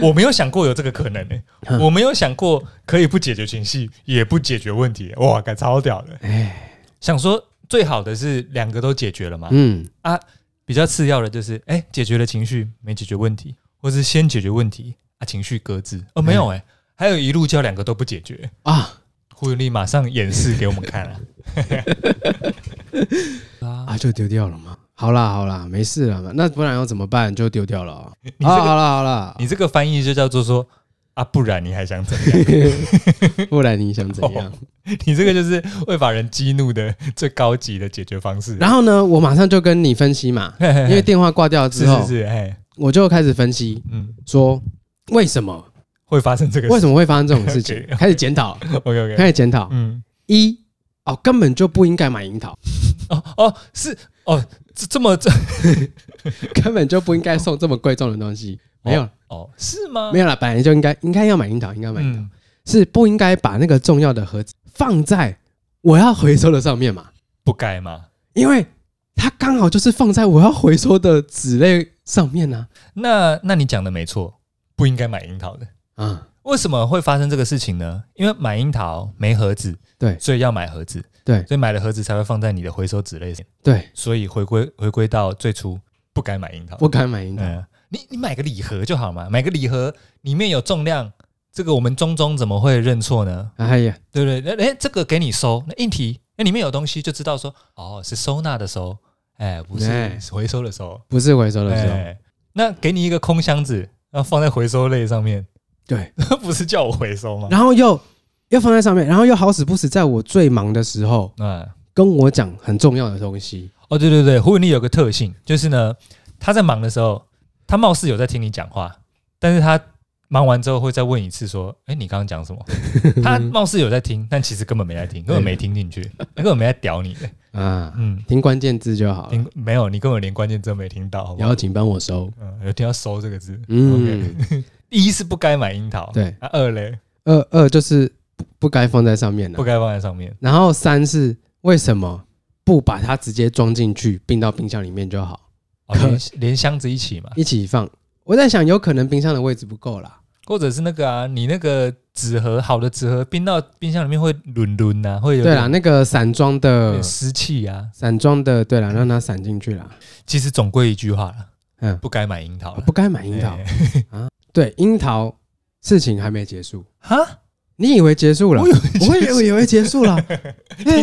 我没有想过有这个可能呢、 嗯我没有想过可以不解决情绪，也不解决问题、欸哇，感超屌的！哎，想说最好的是两个都解决了嘛，嗯，比较次要的就是哎、解决了情绪，没解决问题，或是先解决问题啊，情绪搁置。哦，没有嗯哎、还有一路叫两个都不解决，啊。胡永丽马上演示给我们看 了、啊。啊，就丢掉了吗？好啦好啦，没事了嘛，那不然要怎么办？就丢掉了哦、 你这啊个好啦好啦，你这个翻译就叫做说啊，不然你还想怎样？不然你想怎样？哦你这个就是会把人激怒的最高级的解决方式。然后呢，我马上就跟你分析 嘛，嘿嘿嘿因为哦电话挂掉是之后，是是，哎，我就开始分析嗯，说为什么会发生这个为什么会发生这种 事情 OK，OK 开始检讨， ？OK OK，开始检讨。嗯，一哦，根本就不应该买樱桃， 哦哦，是哦，这这么这根本就不应该送这么贵重的东西。没有哦，是吗？没有，有啦，本来就应该应该要买樱桃，应该买樱桃，嗯，是不应该把那个重要的盒子放在我要回收的上面嘛？不该嘛？因为它刚好就是放在我要回收的纸类上面啊呢、那那你讲的没错，不应该买樱桃的。啊。为什么会发生这个事情呢？因为买樱桃没盒子，对所以要买盒子，对所以买了盒子才会放在你的回收纸类上，对，所以回归回归到最初，不该买樱桃。不该买樱桃。嗯，你你买个礼盒就好嘛，买个礼盒里面有重量，这个我们中中怎么会认错呢？哎呀，对不对？那哎，这个给你收，那硬题那里面有东西就知道说，哦，是收纳的收，哎，不哎是回收的收，不是回收的时候，哎，那给你一个空箱子，然后放在回收类上面， 对，那不是叫我回收吗？然后又又放在上面，然后又好死不死在我最忙的时候嗯，跟我讲很重要的东西。哦，对对对，胡永丽有个特性，就是呢，他在忙的时候，他貌似有在听你讲话，但是他忙完之后会再问一次，说：“哎、你刚刚讲 什么？”他貌似有在听，但其实根本没在听，根本没听进去，根本没在屌 你。啊，嗯，听关键字就好了。听没有，你根本连关键字都没听到，好不好邀？请帮我收。嗯，有听到“收”这个字。嗯，嗯，一是不该买樱桃，对啊，二嘞二二就是不不该放在上面不的，该放在上面。然后三是为什么不把它直接装进去，并到冰箱里面就好， 哦、连连箱子一起嘛，一起放？我在想，有可能冰箱的位置不够啦。或者是那个啊，你那个纸盒，好的纸盒冰到冰箱里面会轮轮呐，会有对啦，点那个散装有的点，湿气啊。散装的，对啦，让它散进去啦。其实总归一句话啦，嗯，不该买樱桃啦不该买樱桃哎啊。对，樱桃事情还没结束，哈，你以为结束了？我以为以为结束了，哎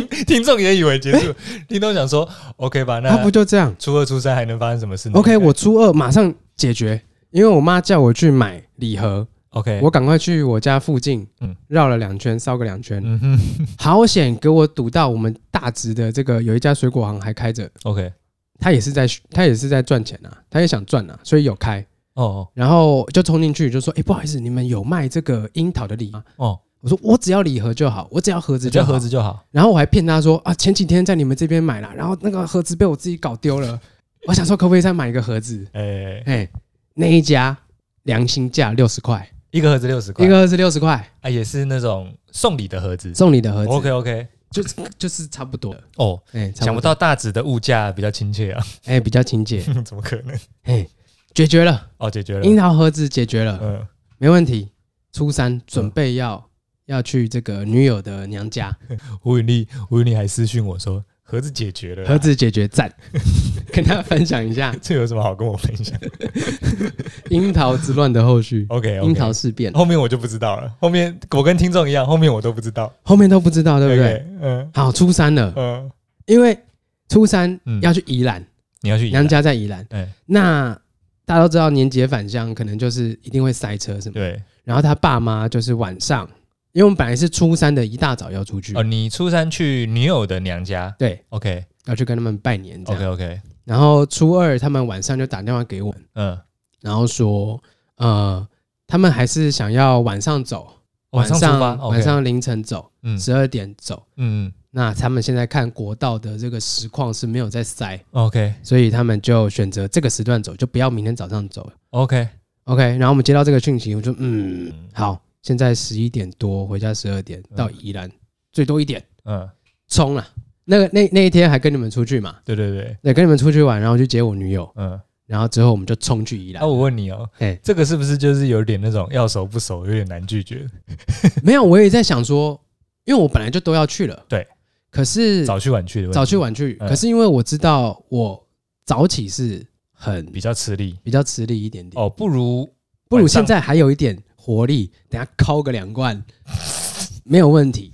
听听众也以为结 束，听众想说 OK 吧，它 那啊不就这样初二初三还能发生什么事呢？OK，我初二马上解决，因为我妈叫我去买礼盒， OK，我赶快去我家附近，嗯绕了两圈，烧个两圈，嗯哼好险给我堵到我们大直的这个有一家水果行还开着， OK，他也是在他也是在赚钱啊，他也想赚啊，所以有开，哦然后就冲进去就说，哎、不好意思，你们有卖这个樱桃的礼吗？哦，我说我只要礼盒就好，我只要盒子只就叫好盒子，就好。然后我还骗他说啊，前几天在你们这边买了，然后那个盒子被我自己搞丢了，我想说可不可以再买一个盒子？哎，哎、那一家良心价六十块，一个盒子六十块一，个盒子六十块，啊，也是那种送礼的盒子。送你的盒子 OK OK，就是就是差不多，哦，哎、差想不多，到大直的物价比较亲切啊， 哎、比较亲切，怎么可能？哎、解决了，哦，解决樱了，桃盒子解决了，嗯，没问题。初三准备要要去这个女友的娘家，吴允丽，吴允丽还私讯我说盒子解决了啦，盒子解决赞，跟大家分享一下 这有什么好跟我分享樱桃之乱的后续， ？OK 樱桃 OK，事变，后面我就不知道了，后面我跟听众一样，后面我都不知道，后面都不知道对不对？ OK，嗯好，初三了，嗯，因为初三嗯要去宜兰，你要去宜兰娘，家在宜兰，哎，那大家都知道年节返乡可能就是一定会塞车什么的。对，然后他爸妈就是晚上，因为我们本来是初三的一大早要出去，哦，你初三去女友的娘家对， ，OK 要去跟他们拜年这样。 OK OK，然后初二他们晚上就打电话给我们，嗯，然后说，呃，他们还是想要晚上走，哦晚上出发，OK 晚，上凌晨走，嗯十二点走。嗯那他们现在看国道的这个实况是没有在塞， ，OK 所以他们就选择这个时段走，就不要明天早上走。 OK， OK，然后我们接到这个讯息，我就嗯嗯，好，现在十一点多，回家十二点嗯到宜兰，最多一点嗯，冲了。那个那那一天还跟你们出去嘛？对对对，对，跟你们出去玩，然后去接我女友，嗯。然后之后我们就冲去宜兰。那、我问你哦嘿，这个是不是就是有点那种要熟不熟，有点难拒绝？ 没有，我也在想说，因为我本来就都要去了，对，可是早去晚去的问题早去晚去，嗯可是因为我知道我早起是很比较吃力比较吃力一点点，哦，不如不如晚上现在还有一点活力，等下敲个两罐 没有问题，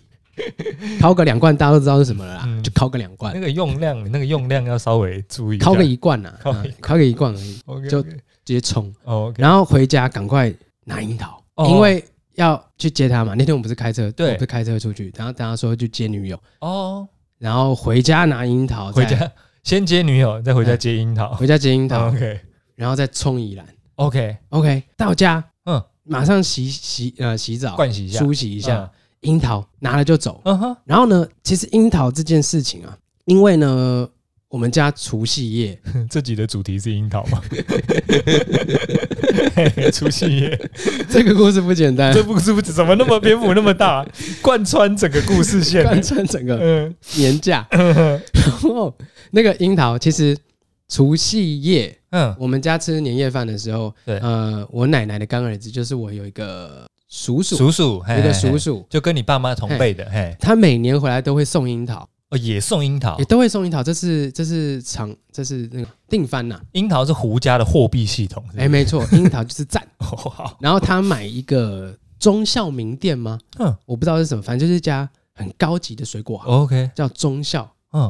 敲个两罐大家都知道是什么了啦，嗯就敲个两那罐，个用量，你那个用量要稍微注意一下。敲个一罐啊，敲个一嗯敲个一罐而已， OK，就 OK 直接冲，哦，OK，然后回家赶快拿樱桃，哦因为要去接他嘛。那天我们不是开车，对我不是开车出去，然后大家说去接女友，哦，然后回家拿樱桃，回再 家先接女友，再回家接樱桃。回家接哎樱桃， OK 然后再冲宜兰。 OK， OK，到家，嗯，马上洗洗呃洗澡，盥洗一下，梳洗一一下，，樱桃拿了就走。嗯哼，然后呢，其实樱桃这件事情啊，因为呢，我们家除 夕夜，这嗯集的主题是樱桃吗？ 嘿嘿除夕夜，这个故事不简单啊这，部是不是怎么那么篇幅那么大，贯穿整个故事线？贯穿整个嗯年 假。然后那个樱桃，其实除夕夜嗯，我们家吃年夜饭的时候，对呃，我奶奶的干儿子就是我有一个叔叔，叔哎叔，有嘿一嘿个嘿叔叔，就跟你爸妈同辈的，嘿，他每年回来都会送樱桃，哦，也送樱桃也，都会送樱桃，这是这是常这是那个定番呐。樱桃是胡家的货币系统，哎，没错， 樱桃就是赞。哦，好，然后他买一个忠孝名店吗？嗯我不知道是什么，反正就是一家很高级的水果行， ，OK，叫忠孝，嗯，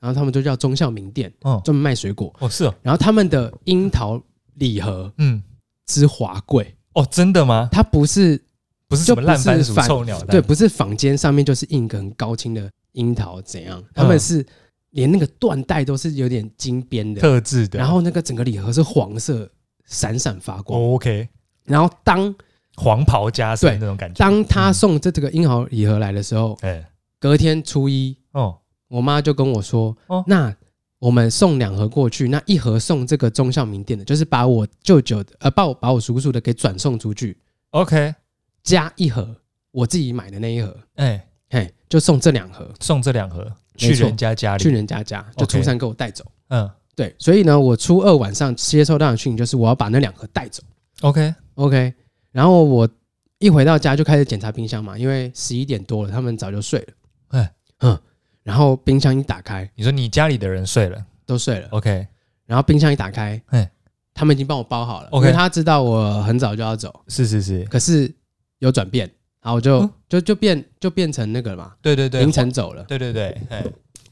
然后他们就叫忠孝名店，哦，专门卖水果。哦，是哦，然后他们的樱桃礼盒嗯，之华贵，哦，真的吗？它不是不是什么烂番薯、就不是反臭鸟蛋，对，不是坊间上面就是印个很高清的樱桃怎嗯样，他们是连那个缎带都是有点金边的，特制的，然后那个整个礼盒是黄色，闪闪发光。哦 OK，然后当黄袍加身对那种感觉。当他送这这个婴儿礼盒来的时候，哎，隔天初一，哦，我妈就跟我说：“哦那我们送两盒过去，那一盒送这个忠孝名店的，就是把我舅舅的呃，把我把我叔叔的给转送出去， OK，加一盒我自己买的那一盒，哎，嘿，就送这两盒送这两盒去没错人家家去里，人家家，就 OK 初三给我带走。嗯对，所以呢，我初二晚上接收到的讯息就是我要把那两盒带走。 ，OK， OK，然后我一回到家就开始检查冰箱嘛，因为十一点多了，他们早就睡了。哎哎，嗯，然后冰箱一打开你说你家里的人睡了都睡了， ，OK，然后冰箱一打开哎，他们已经帮我包好了 OK 因为他知道我很早就要走，是是是，可是有转变，然后我就、嗯就就变就变成那个了嘛，对对对，凌晨走了，对对对，哎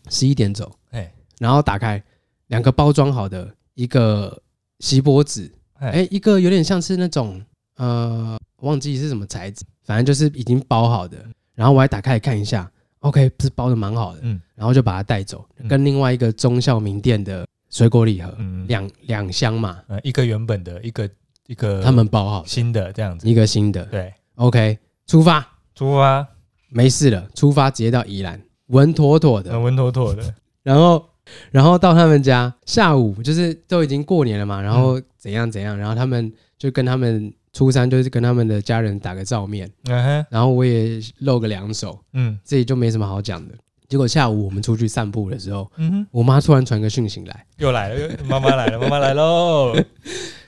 十一点走，哎然后打开两个包装好的一个锡箔纸，哎哎，一个有点像是那种呃，忘记是什么材质，反正就是已经包好的。然后我还打开来看一下，OK，是包的蛮好的，嗯然后就把它带走，嗯跟另外一个忠孝名店的水果礼盒，嗯，两两箱嘛，呃一个原本的，一个一个他们包好的新的这样子，一个新的对， ，OK，出发，猪啊，没事了，出发直接到宜兰，稳妥妥的很，温妥妥的，然后然后到他们家，下午就是都已经过年了嘛，然后怎样怎样，然后他们就跟他们初三就是跟他们的家人打个照面，嗯哼，然后我也露个两手，嗯这里就没什么好讲的。结果下午我们出去散步的时候，嗯哼，我妈突然传个讯息来，又来了，又妈妈来了，妈妈来喽，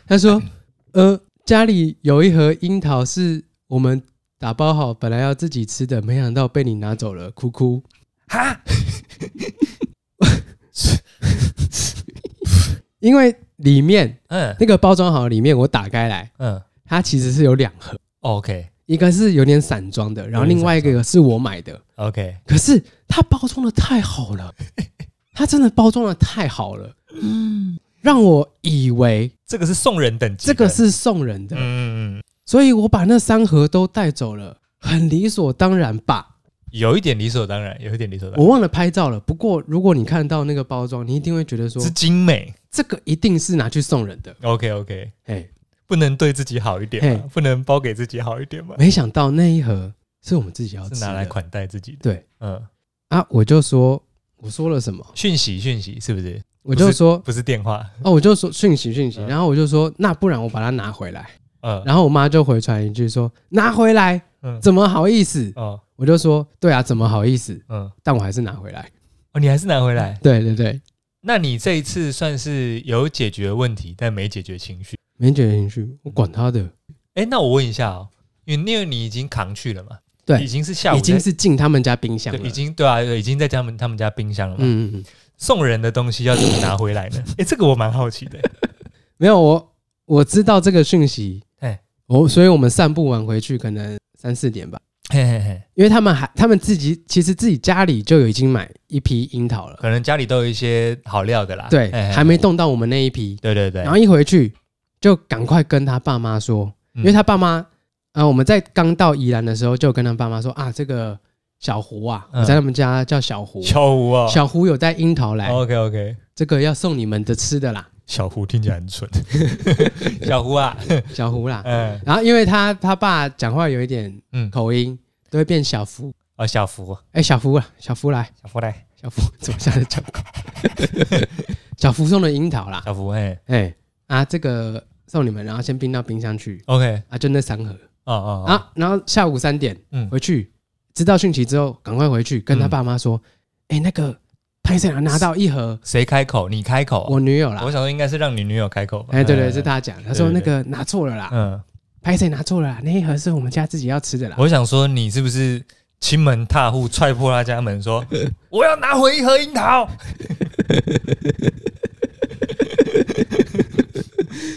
她说：“呃，家里有一盒樱桃是我们打包好，本来要自己吃的，没想到被你拿走了，哭哭。哈， 因为里面嗯那个包装好，里面我打开来，嗯它其实是有两盒。” ，OK 一个是有点散装的，然后另外一个是我买的。 OK，可是它包装的太好了，它真的包装的太好了，让我以为这个是送人等级的，这个是送人的，嗯嗯嗯，所以我把那三盒都带走了，很理所当然吧。有一点理所当然，有一点理所当然我，忘了拍照了，不过如果你看到那个包装，你一定会觉得说是精美这个一定是拿去送人的。 ，OK OK，哎，不能对自己好一点吗嘿？不能包给自己好一点吗？没想到那一盒是我们自己要吃是的拿来款待自己的，对嗯，啊，我就说我说了什么，讯息讯息是不是？我就说不是电话，哦，我就说讯息讯息，嗯然后我就说那不然我把它拿回来，嗯然后我妈就回传一句说拿回来嗯，怎么好意思？哦我就说对啊，怎么好意思？嗯，但我还是拿回来。哦，你还是拿回来，对对对，那你这一次算是有解决问题，但没解决情绪。没解决情绪，我管他的，哎，那我问一下哦，因为因为你已经扛去了嘛，对已经是下午在，已经是进他们家冰箱对了，已经对啊，对已经在他们他们家冰箱了嘛。嗯嗯嗯，送人的东西要怎么拿回来呢？哎，这个我蛮好奇 的。没有我我知道这个讯息，哎哎，我所以我们散步完回去可能三四点吧，嘿嘿嘿，因为他们还他们自己其实自己家里就有已经买一批樱桃了，可能家里都有一些好料的啦。对啊嘿嘿，还没动到我们那一批，对对对然后，一回去就赶快跟他爸妈说，嗯因为他爸妈，呃，我们在刚到宜兰的时候就跟他爸妈说啊，这个小胡啊，嗯我在他们家叫小胡，小胡哦，小胡有带樱桃来， OK OK，这个要送你们的吃 的啦，小胡听起来很蠢。 小胡啊，小胡啦。嗯然后因为他他爸讲话有一点嗯，口音，都会变小福，哦，小福，哎，小福啊，小福来，小福来，小福 怎么下来讲？ 小福送的樱桃啦，小福，嘿哎啊，这个送你们，然后先冰到冰箱去，OK，啊，就那三盒。哦哦，哦，啊，然后下午三点，嗯回去知道讯息之后，赶快回去跟他爸妈说，哎、那个潘先生拿到一盒，谁开口？你开口啊？我女友啦我，想说应该是让你女友开口吧。哎、对对，是他讲，他说对那对对个拿错了啦，嗯，潘先生拿错了啦，那一盒是我们家自己要吃的啦，我想说你是不是亲门踏户踹破他家门 说我要拿回一盒樱桃？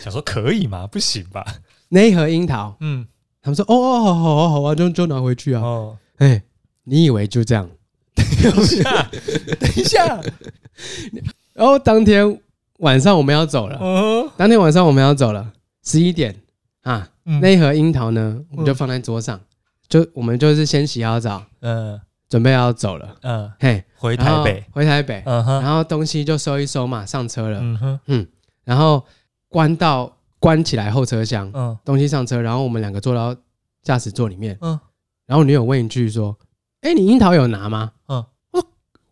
想说可以吗？不行吧？那一盒樱桃，嗯，他们说哦哦好好好好啊，就就拿回去啊，哦，哎、你以为就这样？ 等一下， 等一下，然后哦当天晚上我们要走了，哦，当天晚上我们要走了，十一点啊，嗯那一盒樱桃呢，我们就放在桌上，就我们就是先洗好澡，嗯准备要走了，嗯，嘿。回然台后北，回台北，嗯哼，哦然后东西就收一收嘛，上车了，嗯哼，然后关到关起来后车厢，嗯东西上车，然后我们两个坐到驾驶座里面，嗯然后女友问一句说：“哎、你樱桃有拿吗嗯？”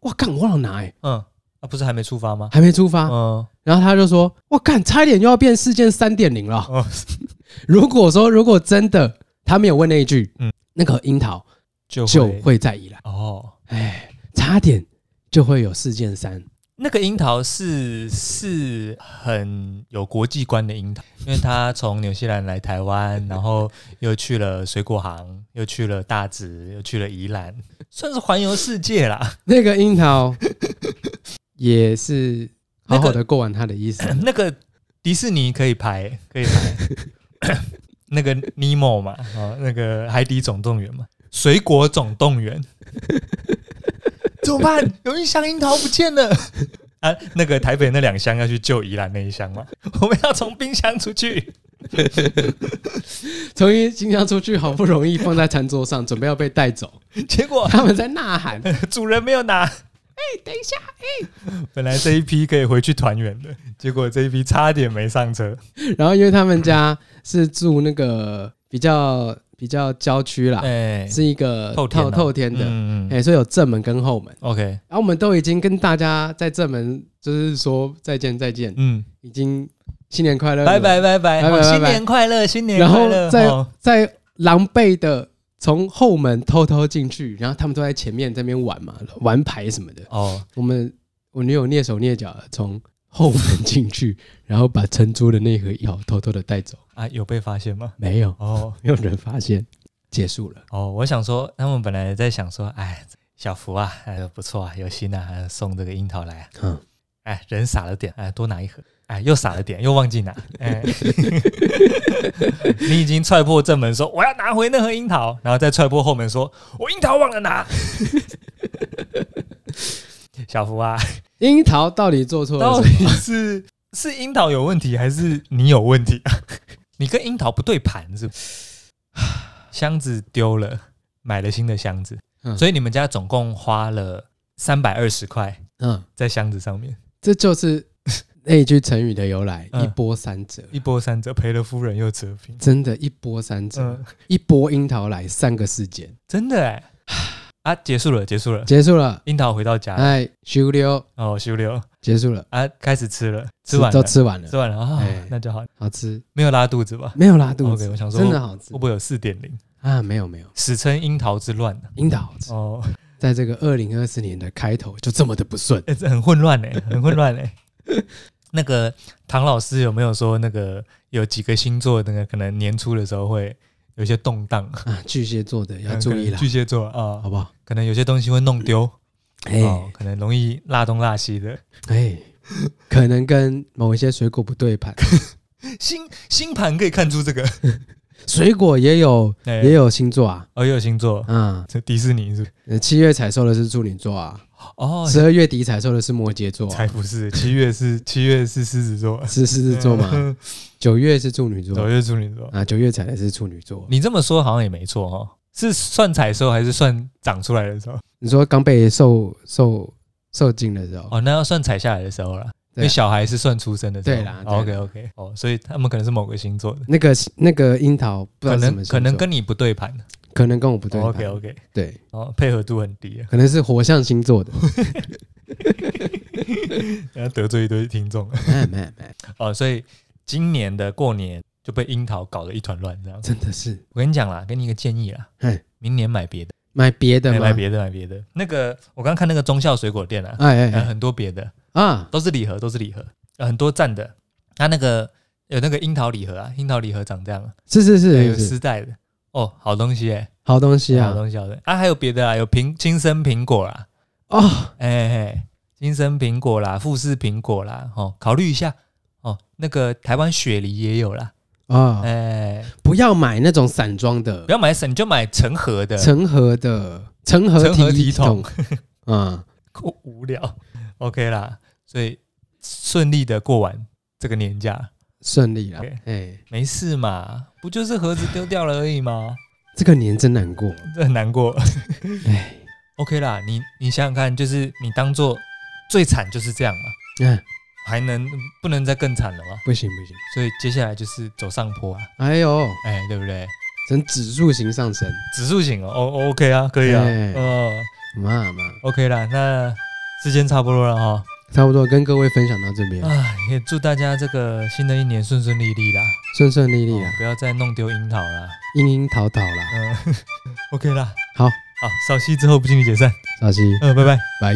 哇，干，我忘了拿、欸，嗯，啊，不是还没出发吗？还没出发。嗯，然后他就说：“哇，干，差一点就要变事件三点零了。哦 如果说如果真的他没有问那一句，嗯嗯，那个樱桃就就会会在宜兰，哦。哎，差点就会有事件三。那个樱桃是是很有国际观的樱桃，因为他从纽西兰来台 湾，然后又去了水果行，又去了大直，又去了宜兰，算是环游世界啦。那个樱 桃也是好好的过完他的一生。那个迪士尼可以拍，可以拍那个尼莫嘛，哦，那个海底总动员嘛，水果总动员，怎么办？有一箱樱桃不见了。啊，那个台北那两箱要去救宜兰那一箱嘛，我们要从冰箱出去。从一新疆出去，好不容易放在餐桌上，准备要被带走，结果他们在呐喊。主人没有拿。哎、等一下，哎、本来这一批可以回去团圆的，结果这一批差点没上车。然后因为他们家是住那个比较比较郊区啦，哎是一个透天啊透透天的，嗯嗯哎、所以有正门跟后门。 ，OK，然后我们都已经跟大家在正门，就是说再见再见，嗯，已经新年快乐，拜。拜拜拜，拜拜哦拜拜新年快乐，新年然快后乐。再哦在狼狈的从后门偷偷进去，然后他们都在前面这边玩嘛，玩牌什么的。哦，我们我女友蹑手蹑脚的从后门进去，然后把珍珠的那盒药偷偷的带走，啊，有被发现吗？没有哦 没有人发现，结束了。哦，我想说，他们本来在想说，哎，小福啊，哎，不错啊，有心啊，还送这个樱桃来啊，嗯，哎，人傻了点，哎，多拿一盒，哎，又傻了点，又忘记拿，哎， 你已经踹破正门说我要拿回那盒樱桃，然后再踹破后门说我樱桃忘了拿。 小福啊，樱桃到底做错到了底什么？是 是樱桃有问题，还是你有问题？ 你跟樱桃不对盘是不是？ 箱子丢了，买了新的箱子，嗯所以你们家总共花了三百二十块嗯，在箱子上面，这就是 那一句成语的由来，嗯一波三折。一波三折，赔了夫人又折兵。真的，一波三折，嗯，一波樱桃来，三个事件真的哎、啊，结束了，结束了，结束了。樱桃回到家了，哎，休溜，哦，修六结束了，啊，开始吃了，吃完都了，吃完了吃，完了啊、哎嗯那就好，好吃，没有拉肚子吧？没有拉肚 OK，子我想说真的好吃会不会有四点零？啊，没有没有，史称樱桃之乱呢、樱桃好吃。哦。在这个二零二四年的开头就这么的不顺，欸、这 很混乱呢、很混乱呢、欸那个唐老师有没有说那个有几个星座那个可能年初的时候会有一些动荡？啊，巨蟹座的要注嗯可意能了，巨蟹座啊好，不好？可能有些东西会弄丢，哦哎，可能容易落东落西的。哎，可能跟某一些水果不对盘，星星盘可以看出这个，水果也有哎也有星座啊，哦，也有星座，啊，这迪士尼是不是呃七月采收的是处女座啊，哦，十二月底采收的是摩羯座啊，才不是，七月是七月是狮子座，是狮子 座嘛，嗯九月是处女九座月处女座。啊，九月采的是处女座。你这么说好像也没错哦，是算采收还是算长出来的时候？你说刚被受受受精的时候，哦，那要算采下来的时候了，因对啊为小孩是算出生的时候。对啦对 OK OK，哦，所以他们可能是某个星座的，那个那个樱桃不可知道是什么能星座可能跟你不对盘。可能跟我不对哦吧、 OK OK，对，哦，配合度很低啊，可能是火象星 座的。然后得罪一堆听众了。哎没没， 哦，所以今年的过年就被樱桃搞得一团乱这样。真的是我跟你讲啦，给你一个建议啦嘿，明年买别的，买别的哎吗？买别的，买别的。那个我刚看那个中校水果店啊，哎哎还有哎很多别的， 啊，都是礼盒，都是礼盒，呃很多站的。它那个有那个樱桃礼盒啊，樱桃礼盒长这样啊，是是还有是是是，丝带的。哦，好东西哎、好东西好啊！东西好东西啊，还有别的啊，有苹亲生苹果啦，哦，哎、哎，亲生苹果啦，富士苹果啦，哦，考虑一下哦。那个台湾雪梨也有啦，啊，哎、不要买那种散装的不，要买省，你就买成盒的，成盒的，成盒成盒体体桶桶。 啊，够无聊。OK 啦，所以顺利的过完这个年假，顺利了 OK。哎，没事嘛，不就是盒子丢掉了而已吗？这个年真难过。这很难过。哎， OK 啦，你你想想看，就是你当做最惨就是这样嘛，哎，还能不能再更惨了吗？不行不行，所以接下来就是走上坡啊，哎呦，哎，对不对？呈指数型上升。指数型哦哦，OK 啊，可以啊，哎哦妈妈， ，OK 啦，那时间差不多了哈，差不多跟各位分享到这边，啊，也祝大家这个新的一年顺顺利利啦，顺顺利利哦啦，不要再弄丢樱桃啦，樱樱桃桃啦。嗯 ，OK 啦，好，好，扫息之后不敬礼解散，小西，嗯，拜拜。拜。